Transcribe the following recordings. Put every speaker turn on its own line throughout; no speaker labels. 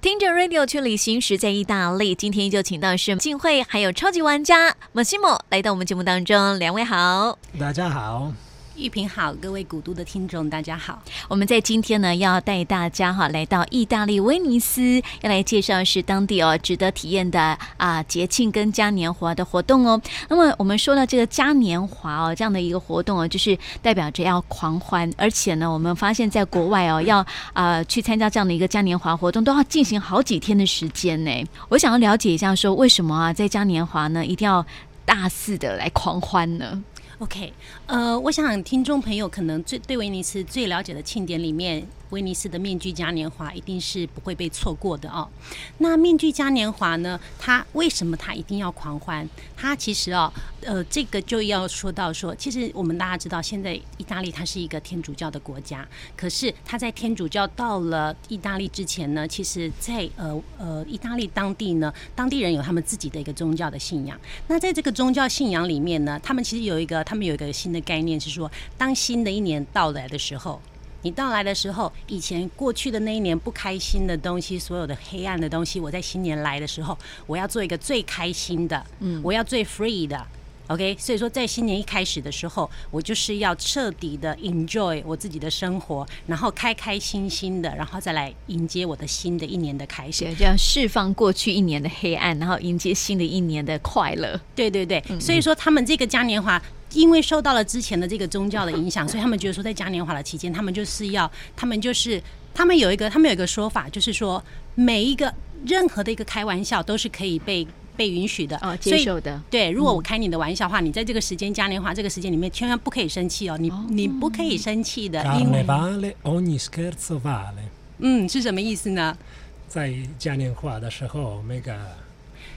听着 Radio 去旅行时，在意大利。今天就请到是静慧，还有超级玩家马西莫来到我们节目当中，两位好。
大家好，
玉萍好，各位古都的听众大家好。
我们在今天呢，要带大家哈来到意大利威尼斯，要来介绍是当地哦值得体验的啊、节庆跟嘉年华的活动哦。那么我们说到这个嘉年华哦，这样的一个活动哦，就是代表着要狂欢，而且呢，我们发现在国外哦，要啊去参加这样的一个嘉年华活动，都要进行好几天的时间呢。我想要了解一下，说为什么啊在嘉年华呢一定要大肆的来狂欢呢？
OK，呃，我想听众朋友可能最对威尼斯最了解的庆典里面，威尼斯的面具嘉年华一定是不会被错过的哦。那面具嘉年华呢，它为什么它一定要狂欢？它其实哦，呃，这个就要说到说，其实我们大家知道，现在意大利它是一个天主教的国家，可是它在天主教到了意大利之前呢，其实在呃呃意大利当地呢，当地人有他们自己的一个宗教的信仰。那在这个宗教信仰里面呢，他们其实有一个，他们有一个新的概念是说，当新的一年到来的时候，你到来的时候，以前过去的那一年不开心的东西，所有的黑暗的东西，我在新年来的时候，我要做一个最开心的，嗯，我要最 free 的。OK，所以说在新年一开始的时候，我就是要彻底的 enjoy 我自己的生活，然后开开心心的，然后再来迎接我的新的一年的开始。
对，就要释放过去一年的黑暗，然后迎接新的一年的快乐。
对对对，
嗯
所以说他们这个嘉年华。因为受到了之前的这个宗教的 影响，所以他们觉得说，在嘉年华的期间，他们就是要，他们就是，他们有一个，他们有一个说法，就是说，每一个任何的一个开玩笑都是可以被被允许的，
哦，
所
接
以
受嗯的。
对，如果我开你的玩笑话，你在这个时间嘉年华这个时间里面，千万不可以生气哦，你你不可以生气的，因为
Carnevale ogni scherzo vale。
嗯是什么意思呢？
在嘉年华的时候，那个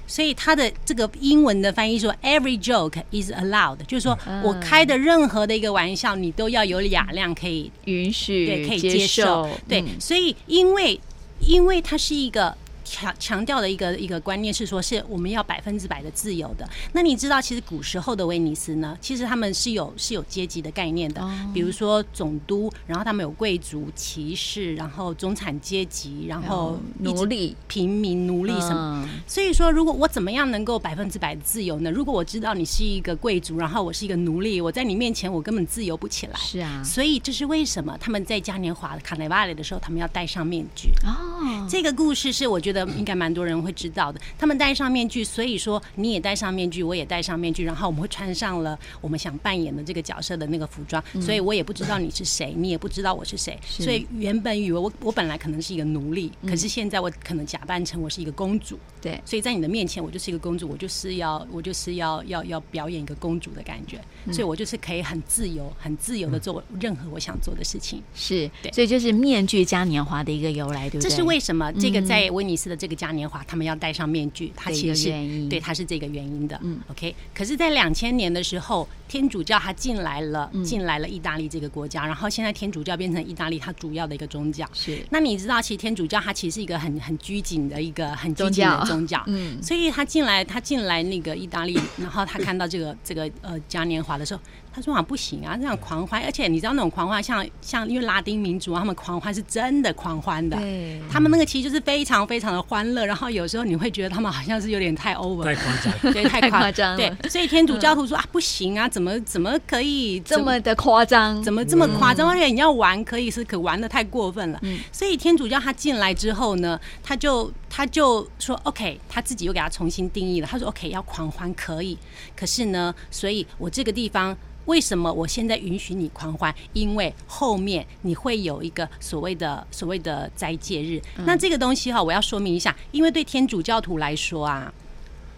所以它的这个英文的翻译说 “every joke is allowed”，就是说
嗯
我开的任何的一个玩笑，你都要有雅量可以
允许
对，可以接
受，
对，
嗯
所以因为因为它是一个。强强调的一个一个观念是说，是我们要百分之百的自由的。那你知道，其实古时候的威尼斯呢，其实他们是有是有阶级的概念
哦
的，比如说总督，然后他们有贵族、骑士，然后中产阶级，然
哦
后一直
奴隶
平民、奴隶什么。
么？
所以说，如果我怎么样能够百分之百自由呢？如果我知道你是一个贵族，然后我是一个奴隶，我在你面前我根本自由不起来。
是啊，
所以这是为什么他们在嘉年华卡内瓦里的时候，他们要戴上面具。
哦，
这个故事是我觉得应该蛮多人会知道的。他们戴上面具，所以说你也戴上面具，我也戴上面具，然后我们会穿上了我们想扮演的这个角色的那个服装，所以我也不知道你是谁，你也不知道我是谁。
是
所以原本以为我我本来可能是一个奴隶，可是现在我可能假扮成我是一个公主，
对，
所以在你的面前我就是一个公主，我就是要我就是要要要表演一个公主的感觉，
嗯
所以我就是可以很自由、很自由的做我任何我想做的事情。
是，
对
所以就是面具嘉年华的一个由来，对不对？嗯
这是为什么这个在威尼斯的这个嘉年华，他们要戴上面具，它
的一
其
个
实是
原因
对，它是这个原因的。嗯，OK。可是，在两千年的时候，天主教它进来了，
嗯
进来了意大利这个国家，然后现在天主教变成意大利它主要的一个宗教。
是
那你知道，其实天主教它其实是一个很很拘谨的一个很拘
宗
谨
教
的宗教，
嗯
所以他进来他进来那个意 大利，然后他看到这个这个呃嘉年华的时候，他说啊不行啊，这样狂欢，而且你知道那种狂欢像像因为拉丁民族啊他们狂欢是真的狂欢的，
对，
他们那个其实就是非常非常的欢乐，然后有时候你会觉得他们好像是有点太 over
太
了。
夸张，
对，太
太
夸
夸张了
对，所以天主教徒说、啊，不行啊，怎么怎么可以
这么的夸张，
怎么这么夸张？而且你要玩，可以是可玩的太过分了。所以天主教他进来之后呢，他就他就说 OK，他自己又给他重新定义了。他说 OK，要狂欢可以，可是呢，所以我这个地方。为什么我现在允许你狂欢？因为后面你会有一个所谓的所谓的斋戒日。那这个东西哈、我要说明一下，因为对天主教徒来说啊，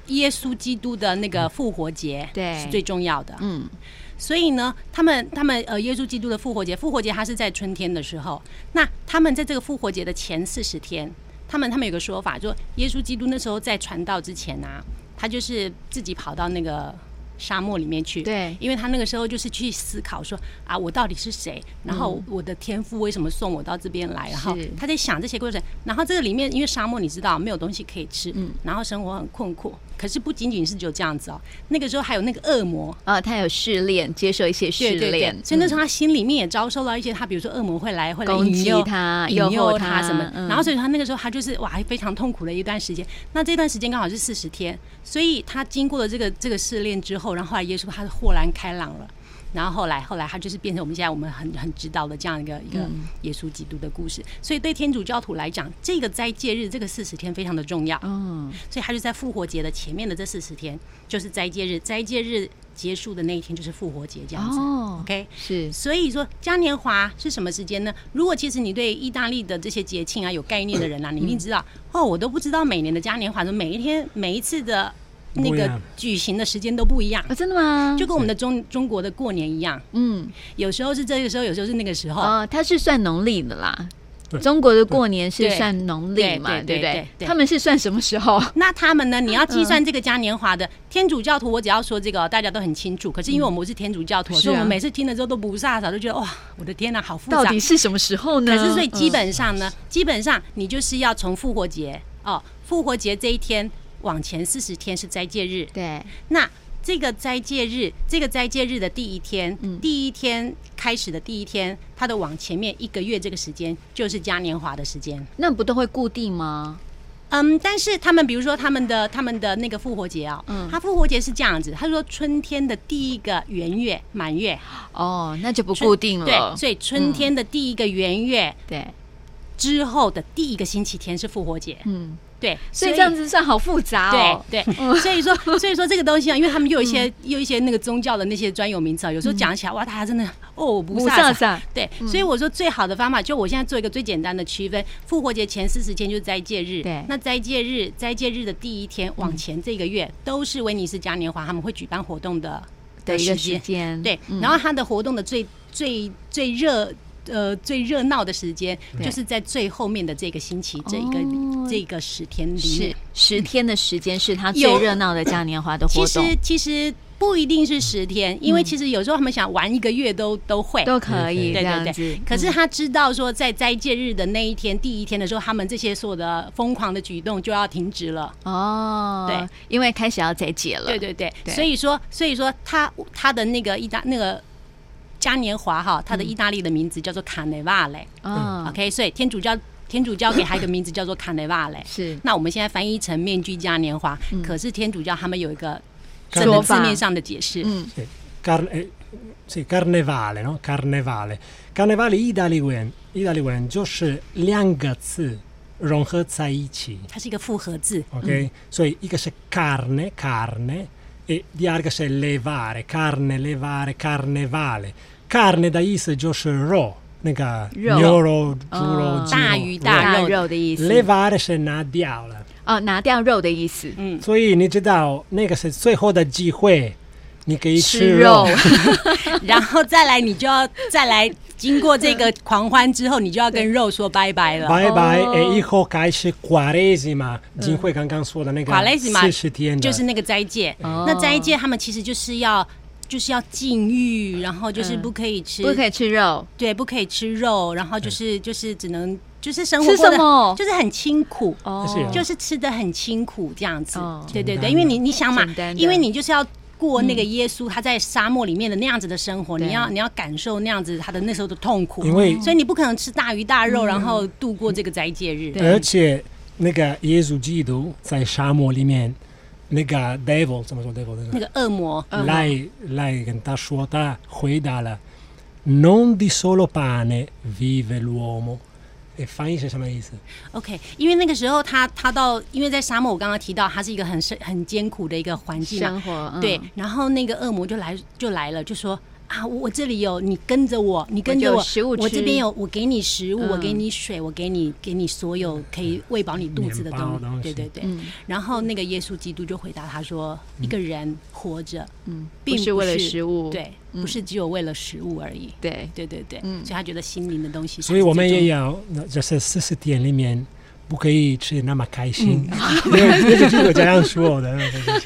耶稣基督的那个复活节
对
是最重要的。
嗯，
所以呢，他们他们呃，耶稣基督的复活节，复活节它是在春天的时候。那他们在这个复活节的前四十天，他们他们有个说法，就耶稣基督那时候在传道之前啊，他就是自己跑到那个沙漠里面去。
对
因为他那个时候就是去思考说啊，我到底是谁？然后我的天赋为什么送我到这边来？然后
是
他在想这些过程。然后这个里面，因为沙漠你知道没有东西可以吃，
嗯
然后生活很困苦。可是不仅仅是只有这样子哦，那个时候还有那个恶魔。
啊，他有试炼，接受一些试
对对对
炼，，
所以那
嗯
时候他心里面也遭受到一些，他比如说恶魔会来，会来
攻
引
击
诱
他、
引
诱
诱
惑他
什么，
嗯
然后所以他那个时候他就是哇，还非常痛苦的一段时间。那这段时间刚好是四十天，所以他经过了这个这个试炼之后，然后后来耶稣他是豁然开朗了。然后后来，后来他就是变成我们现在我们很很知道的这样一个一个
嗯
耶稣基督的故事。所以对天主教徒来讲，这个斋戒日这个四十天非常的重要。
嗯，
所以他就在复活节的前面的这四十天，就是斋戒日。斋戒日结束的那一天就是复活节这样子。
哦，
OK，
是
所以说嘉年华是什么时间呢？如果其实你对意大利的这些节庆啊有概念的人啊，你一定知道
嗯
哦。我都不知道每年的嘉年华，每一天每一次的那
不一
个
样嗯
举行的时间都不一样
啊，，真的吗？
就跟我们的中中国的过年一样，
嗯，
有时候是这个时候，有时候是那个时
嗯
候。
哦，他是算农历的啦。
对
中国的过年是
对
算农历
对
嘛，
对
对不
对
对
对？对
他们是算什么时候？
那他们呢？你要计算这个嘉年华的天主教徒，我只要说这个哦，大家都很清楚。可是
嗯
因为我们不是天主教徒，
是啊
所以我们每次听了之后都不飒飒，都觉得哇，我的天哪，好复杂啊
到。底是什么时候呢？嗯
可是所以基本上呢，基本上你就是要从复活节哦，复活节这一天往前四十天是斋戒日
嗯，对，
那。这个斋戒日，这个斋戒日的第一天，
嗯
第一天开始的第一天，它的往前面一个月这个时间就是嘉年华的时间。
那不都会固定吗？
嗯，但是他们比如说他们的他们的那个复活节啊、
嗯
他复活节是这样子，他说春天的第一个圆月满月，
哦，那就不固定了嗯
对，。所以春天的第一个圆月
对，
之后的第一个星期天是复活节，
嗯，
对，
所以这样子算好复杂
对
哦。嗯
对，所以说所以说这个东西啊，因为他们又有一些又有一些那个宗教的那些专有名词啊，有时候讲起来哇，大家真的哦不
不嗯
飒
上
飒。
上，
对，所以我说最好的方法，就我现在做一个最简单的区分：复活节前四十天就是斋戒日，
对嗯
那斋戒日斋戒日的第一天往前这个月都是威尼斯嘉年华他们会举办活动的
的一个时
间，
间，
对，
嗯
然后它的活动的最最最热。呃，最热闹的时间就是在最后面的这个星期，这一个、
哦
这个十天里面
是十天的时间是他最
有
热闹的嘉年华的
其
活
实
动，嗯
其实不一定是十天，因为其实有时候他们想玩一个月都都会。
都嗯可以
对对
这
对
样子。
可是他知道说，在斋戒日的那一天，第一天的时候，他们这些所有的疯狂的举动就要停止了。
哦，
对，
因为开始要再解了，
对对对，
对
所以说，所以说他他的那个意大那个嘉年华哈，他的意大利的名字叫做卡内瓦嘞。
啊，
OK，所以天主教天主教给他一个名字叫做卡内瓦嘞。
是嗯
那我们现在翻译成面具嘉年华，可是天主教他们有一个真
说
的
法
字面上的解释。
嗯
Car- eh, sì, carnevale, no? Carnevale. Carnevale Idaliwen. Idaliwen, Josh Liangzi, Ronhezaichi.
它是一个复合字，
Mm.
Ok? So, Iga se carne, carne, e di arga se levare, carne, levare, carnevale. Carne da is Josh ro. Nega,
Ro.
gnoro,
Ah.
giuro, giro,
大鱼
ro.
大
大
肉。
肉的意思，
Levare se na diavola.
哦，拿掉肉的意思，
嗯，
所以你知道那个是最后的机会，你可以
吃肉。
肉
然后再来你就要再来经过这个狂欢之后，你就要跟肉说拜拜了。
拜拜，
哦
哎，以后开始 Quaresima，金慧刚刚说的那个
Quaresima
四十天的，
就是那个斋戒。
哦
那斋戒他们其实就是要就是要禁欲，然后就是不可以吃，
不可以吃肉，
对，不可以吃肉，然后就是就是只能就是生活
吃
过
什
得
么？
就是很清苦。
哦
是啊
就是吃的很清苦这样子
哦，
对
简
对对，
单
因为你你想嘛
简单，的
因为你就是要过那个耶稣他在沙漠里面的那样子的生活，
对
你要你要感受那样子他的那时候的痛苦，
因为
所以你不可能吃大鱼大肉，然后度过这个斋戒日。
嗯对
而且那个耶稣基督在沙漠里面，那个 devil 怎么说 devil
那
那
个恶魔，
嗯
个来来跟他说，他回答了，Non di solo pane vive l'uomo。哎，翻译是什么意思？
OK，因为那个时候他他到，因为在沙漠，我刚刚提到，它是一个很深很艰苦的一个环境嘛，
生活，嗯
对。然后那个恶魔就来就来了，就说啊，我我这里有，你跟着我，你跟
我
着
就
我，
有食物吃
我这边有，我给你食物，
嗯
我给你水，我给你给你所有可以喂饱你肚子的
面包
东
东西
对对对。
嗯
然后那个耶稣基督就回答他说，一个人活着
嗯，
并
不是为了
是
食物，
对，
嗯
不是只有为了食物而已。
对，
对对对，
嗯
所以他觉得心灵的东西才是最
所
重要的。
以我们也要，那这是四十天里面，不可以吃得那么开心，
嗯
没有，那就是我这样说的。对对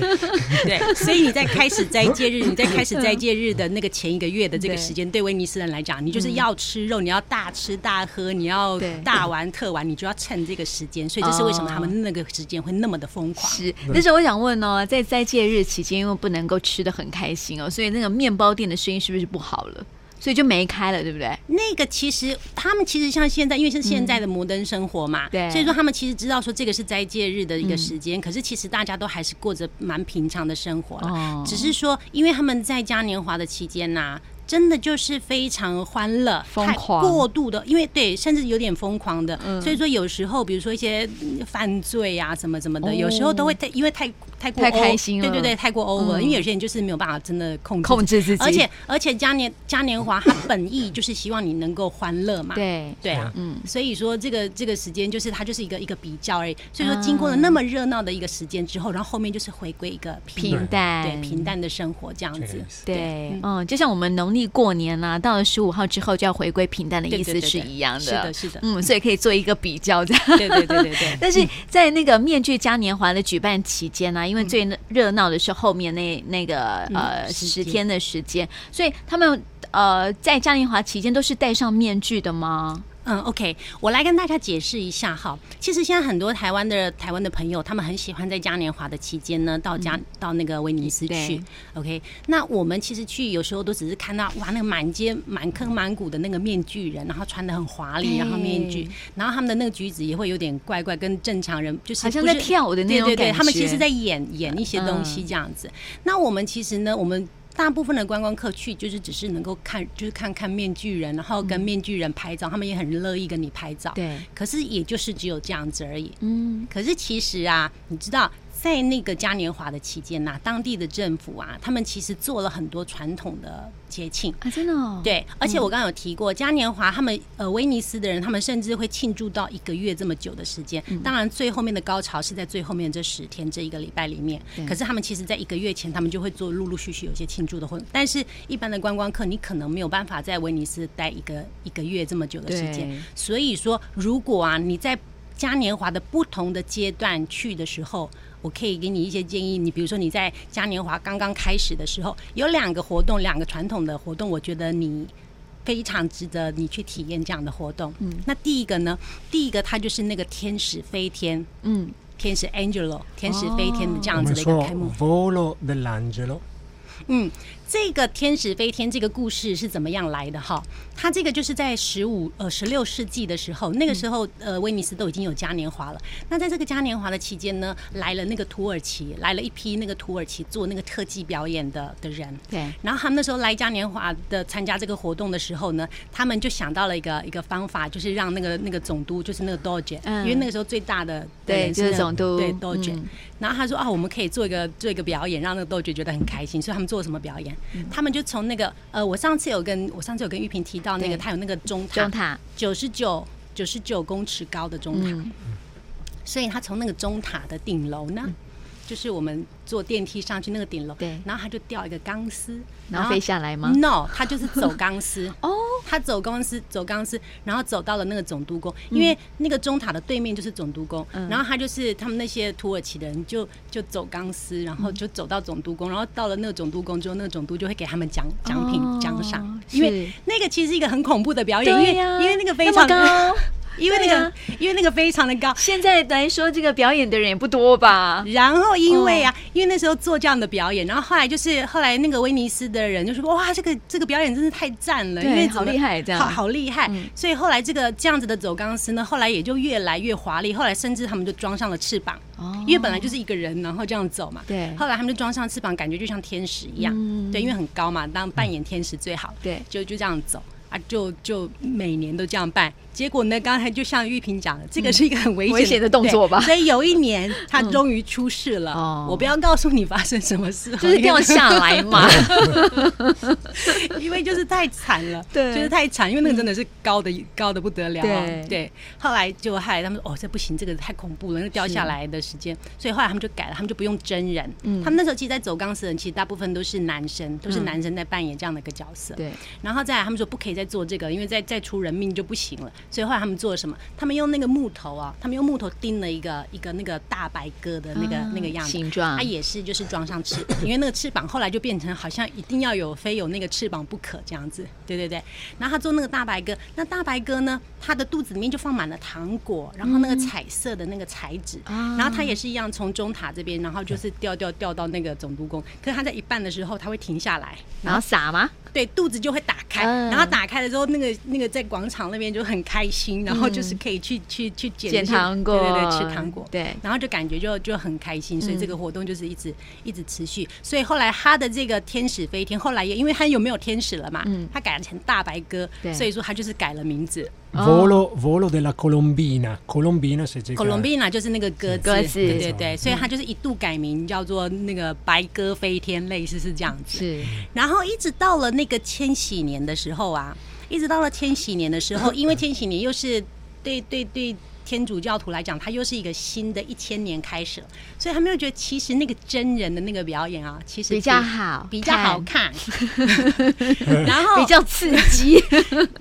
对
对， 所以你在开始斋戒日，你在开始斋戒日的那个前一个月的这个时间，对威尼斯人来讲，你就是要吃肉，你要大吃大喝，你要
对
大玩特玩，你就要趁这个时间。所以这是为什么他们那个时间会那么的疯狂。
是，但是我想问哦，在斋戒日期间，因为不能够吃的很开心哦，所以那个面包店的生意是不是不好了？所以就没开了，对不对？
那个其实他们其实像现在，因为是现在的摩登生活嘛，
嗯对嗯
所以说他们其实知道说这个是斋戒日的一个时间，可是其实大家都还是过着蛮平常的生活啦。
哦
只是说，因为他们在嘉年华的期间呐、真的就是非常欢乐、
疯
太
狂
过度的，因为对，甚至有点疯狂的。
嗯
所以说，有时候比如说一些嗯犯罪啊什么什么的，
哦
有时候都会太因为太太过
太
over-
开心了
对对对，太过 over，、
嗯
因为有些人就是没有办法真的控制
控制自己，
而且而且嘉年嘉年华，它本意就是希望你能够欢乐嘛。
对，
对啊，
嗯，
所以说这个这个时间就是它就是一个一个比较而已。所
啊
以说经过了那么热闹的一个时间之后，然后后面就是回归一个平
平淡，
对平。淡的生活这样
这个
子
意。思。
嗯对，嗯，就像我们农历过年啦、到了十五号之后就要回归平淡的
对
意
对
思
对对
是一样
是的，是的，
嗯，所以可以做一个比较这样。
对对对对对。
但是在那个面具嘉年华的举办期间啊呢、因为最热闹的是后面那那个呃
嗯时
十
间
天的时间，所以他们呃在嘉年华期间都是戴上面具的吗？
嗯，OK，我来跟大家解释一下哈。其实现在很多台湾的台湾的朋友，他们很喜欢在嘉年华的期间呢，到嘉、到那个威尼斯
嗯对
去。OK，那我们其实去有时候都只是看到哇，那个满街满坑满谷的那个面具人，然后穿的很华丽，然后面具
对，
然后他们的那个举止也会有点怪怪，跟正常人就是
好像
不是
在跳舞的那种
对对对，
感觉嗯
他们其实在演演一些东西这样子。那我们其实呢，我们。大部分的观光客去就是只是能够看，就是看看面具人，然后跟面具人拍照，他们也很乐意跟你拍照。
对，
可是也就是只有这样子而已。
嗯，
可是其实啊，你知道，在那个嘉年华的期间呐、当地的政府啊，他们其实做了很多传统的节庆。
啊，真的、哦，，
对，而且我刚刚有提过，嘉年华他们呃威尼斯的人，他们甚至会庆祝到一个月这么久的时间。
嗯
当然，最后面的高潮是在最后面这十天这一个礼拜里面
对。
可是他们其实在一个月前，他们就会做陆陆续续有一些庆祝的活动。但是，一般的观光客，你可能没有办法在威尼斯待一个一个月这么久的时间
对。
所以说，如果啊你在嘉年华的不同的阶段去的时候，我可以给你一些建议。你比如说你在嘉年华刚刚开始的时候，有两个活动，两个传统的活动，我觉得你非常值得你去体验这样的活动。嗯，那第一个呢，第一个它就是那个天使飞天，
嗯，
天使 Angelo，天使飞天的这
我
样子
们
的一个
说
开幕。
volo dell'angelo，
嗯，这个天使飞天这个故事是怎么样来的哈？它这个就是在十五呃十六世纪的时候，那个时候呃威尼斯都已经有嘉年华了。那在这个嘉年华的期间呢，来了那个土耳其，来了一批那个土耳其做那个特技表演的的人。
对，
然后他们那时候来嘉年华的参加这个活动的时候呢，他们就想到了一个一个方法，就是让那个那个总督，就是那个 Doge，、
嗯
因为那个时候最大的
对
人
就是
那个
总督
对 Doge、
嗯
然后他说啊，我们可以做一个做一个表演，让那个 Doge 觉得很开心。所以他们做什么表演？
嗯
他们就从那个呃，我上次有跟我上次有跟玉萍提到那
对
个，他有那个钟塔
中，塔，
九十九九十九公尺高的钟塔，
嗯，
所以他从那个钟塔的顶楼呢。就是我们坐电梯上去那个顶楼，
对
然后他就吊一个钢丝，
然后飞嗯下来吗？。
No，他就是走钢丝
哦，
他走钢丝，走钢丝，然后走到了那个总督宫，因为那个钟塔的对面就是总督宫，
嗯
然后他就是他们那些土耳其人就就走钢丝，然
嗯
后就走到总督宫，然后到了那个总督宫之后，那个总督就会给他们奖奖品
哦
奖赏，
是
因为那个其实是一个很恐怖的表演，因
对
为
呀、
因为那个非
那么
常
高，
因为那
对
个
呀
因为那个非常的高，
现在来说这个表演的人也不多吧？
然后因为啊，
嗯
因为那时候做这样的表演，然后后来就是后来那个威尼斯的人就说：“哇，这个这个表演真是太赞了，
对
因为怎么
好厉害这样
好好厉害。
嗯
所以后来这个这样子的走钢丝呢，后来也就越来越华丽，后来甚至他们就装上了翅膀，
哦
因为本来就是一个人，然后这样走嘛。
对
后来他们就装上翅膀，感觉就像天使一样，
嗯
对，因为很高嘛，当扮演天使最好。
对
就就这样走啊，就就每年都这样办。结果呢，刚才就像玉萍讲的，这个是一个很危
嗯
险
危险的动作吧
对所以有一年他终于出事了，
嗯哦
我不要告诉你发生什么事，
就是掉下来 嘛，
因为就是太惨了，
对嗯
就是太惨，因为那个真的是高的、高的不得了、啊，
对
后来就害他们说哦，这不行，这个太恐怖了，那掉下来的时间，所以后来他们就改了，他们就不用真人，
嗯
他们那时候其实，在走钢丝的人，其实大部分都是男生，都是男生在扮演这样的一个角色，
对，
然后再来，他们说不可以再做这个，因为再再出人命就不行了。所以后来他们做了什么？他们用那个木头啊，他们用木头钉了一个一个那个大白鸽的那个、那个样子，
啊形状
它也是就是装上翅膀，因为那个翅膀后来就变成好像一定要有非有那个翅膀不可这样子，对对对。然后他做那个大白鸽，那大白鸽呢，它的肚子里面就放满了糖果，然后那个彩色的那个彩纸，
啊
然后它也是一样从中塔这边，然后就是掉掉掉到那个总督宫，可是它在一半的时候它会停下来，
然后撒吗？
对，肚子就会打开，
嗯
然后打开了之后，那个那个在广场那边就很开心，然后就是可以去、去去
嗯
捡
捡
那些
糖果
对对对，吃糖果，
对
然后就感觉就就很开心，所以
嗯
这个活动就是一直、一直持续，所以后来他的这个天使飞天，后来也因为他有没有天使了嘛，
嗯
他改成大白鸽
对，
所以说他就是改了名字
Oh.
Volo, volo della colombina. Colombina se ci
哥伦比亚就是那个鸽子，
鸽子
对对对，所以他就是一度改名叫做那个白鸽飞天，类似是这样子，
是
然后一直到了那个千禧年的时候啊，一直到了千禧年的 时候，因为千禧年又是对对对天主教徒来讲，它又是一个新的一千年开始了，所以他们又觉得其实那个真人的那个表演啊，其实
比较好，
比较好， 看，然后
比较刺激。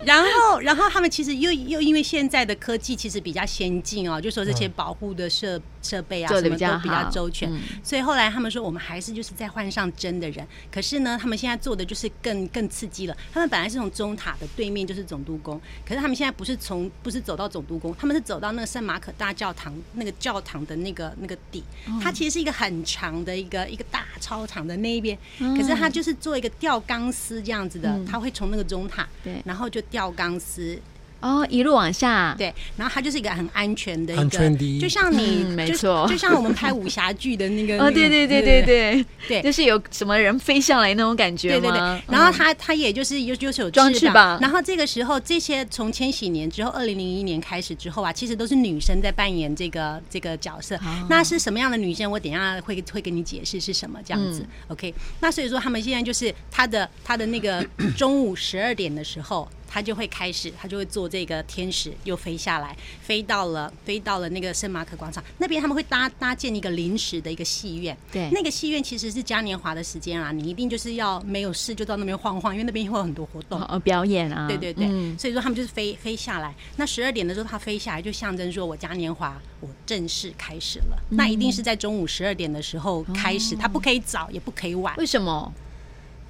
然后，然后他们其实又又因为现在的科技其实比较先进哦，就说这些保护的设、设备啊
嗯做
什
得
么
比较
都比较
好
周全，
嗯
所以后来他们说我们还是就是再换上真的人。可是呢，他们现在做的就是更更刺激了。他们本来是从中塔的对面就是总督宫，可是他们现在不是从不是走到总督宫，他们是走到那个圣马可大教堂那个教堂的那个那个底，
哦
它其实是一个很长的一个一个大操场的那一边，
嗯
可是它就是做一个吊钢丝这样子的，它会从那个中塔。
对，
然后就吊钢丝，
哦，一路往下，，
对，然后它就是一个很安全的一个，
安全第一
就像你，
嗯没
就
错
就像我们拍武侠剧的那个，
哦，
那个
对对对对对
嗯对
就是有什么人飞上来那种感觉
对对对
吗，？嗯
然后它它也就是有就是有
装翅膀
然后这个时候这些从千禧年之后，二零零一年开始之后啊，其实都是女生在扮演这个这个角色。
哦
那是什么样的女生？我等一下会会跟你解释是什么这样子。
嗯
OK，那所以说他们现在就是他的他的那个 中午十二点的时候。他就会开始，他就会做这个天使，又飞下来，飞到了飞到了那个圣马可广场那边，他们会搭搭建一个临时的一个戏院，
对
那个戏院其实是嘉年华的时间啊，你一定就是要没有事就到那边晃晃，因为那边会有很多活动。
哦，表演啊，
对对对，
嗯
所以说他们就是飞飞下来。那十二点的时候，它飞下来就象征说我嘉年华我正式开始了。那一定是在中午十二点的时候开始，它不可以早，也不可以晚。
为什么？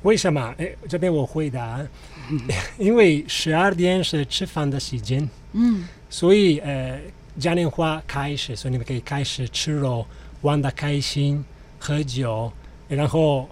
为什么？哎，这边我回答，啊
嗯
因为十二点是吃饭的时间，
嗯，
所以呃，嘉年华开始，所以你们可以开始吃肉，玩的开心，喝酒，然后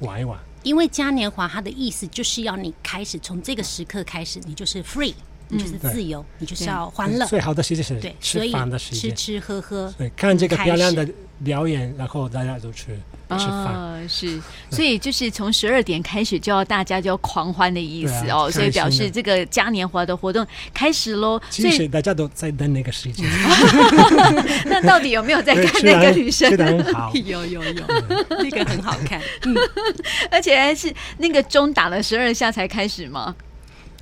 玩一玩。
因为嘉年华它的意思就是要你开始从这个时刻开始，你就是 free，你就是自由，你就是要欢乐。
最好的时间是
嗯对，所
吃
以
饭的时
吃
间，
吃喝喝，
对，看这个
开
漂亮
始。
的表演，然后大家都去吃饭。
哦，是，所以就是从十二点开始就要大家就要狂欢的意思
对啊
哦，所以表
开
示
心的
这个嘉年华的活动开始喽。所
其
以
实大家都在等那个时间，
那到底有没有在看
吃
那个
得
女生
吃？的很好
有有 有，那个很好看。
而且还是那个钟打了十二下才开始吗？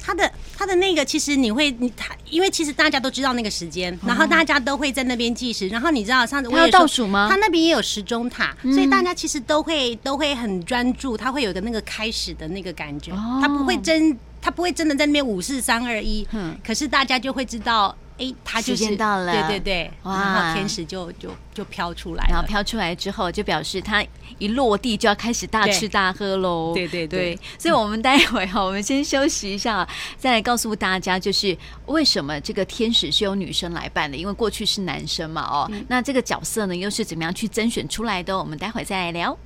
他的他的那个，其实你会，你他因为其实大家都知道那个时间，然后大家都会在那边计时，然后你知道上次我
嗯他要
也说
倒数吗嗯
他那边也有时钟塔，所以大家其实都会都会很专注，他会有一个那个开始的那个感觉，
哦
他不会真他不会真的在那边五四三二一
嗯，
可是大家就会知道，哎，他就
时
是
间到了
对对对，
哇
然后天使就就就飘出来
然后
了。
飘出来之后，就表示他一落地就要开始大吃大喝喽。
对对对
对，所以我们待会哦哈，我们先休息一下，再来告诉大家，就是为什么这个天使是由女生来扮的，因为
嗯
过去是男生嘛哦。那这个角色呢，又是怎么样去甄选出来的哦？我们待会再来聊。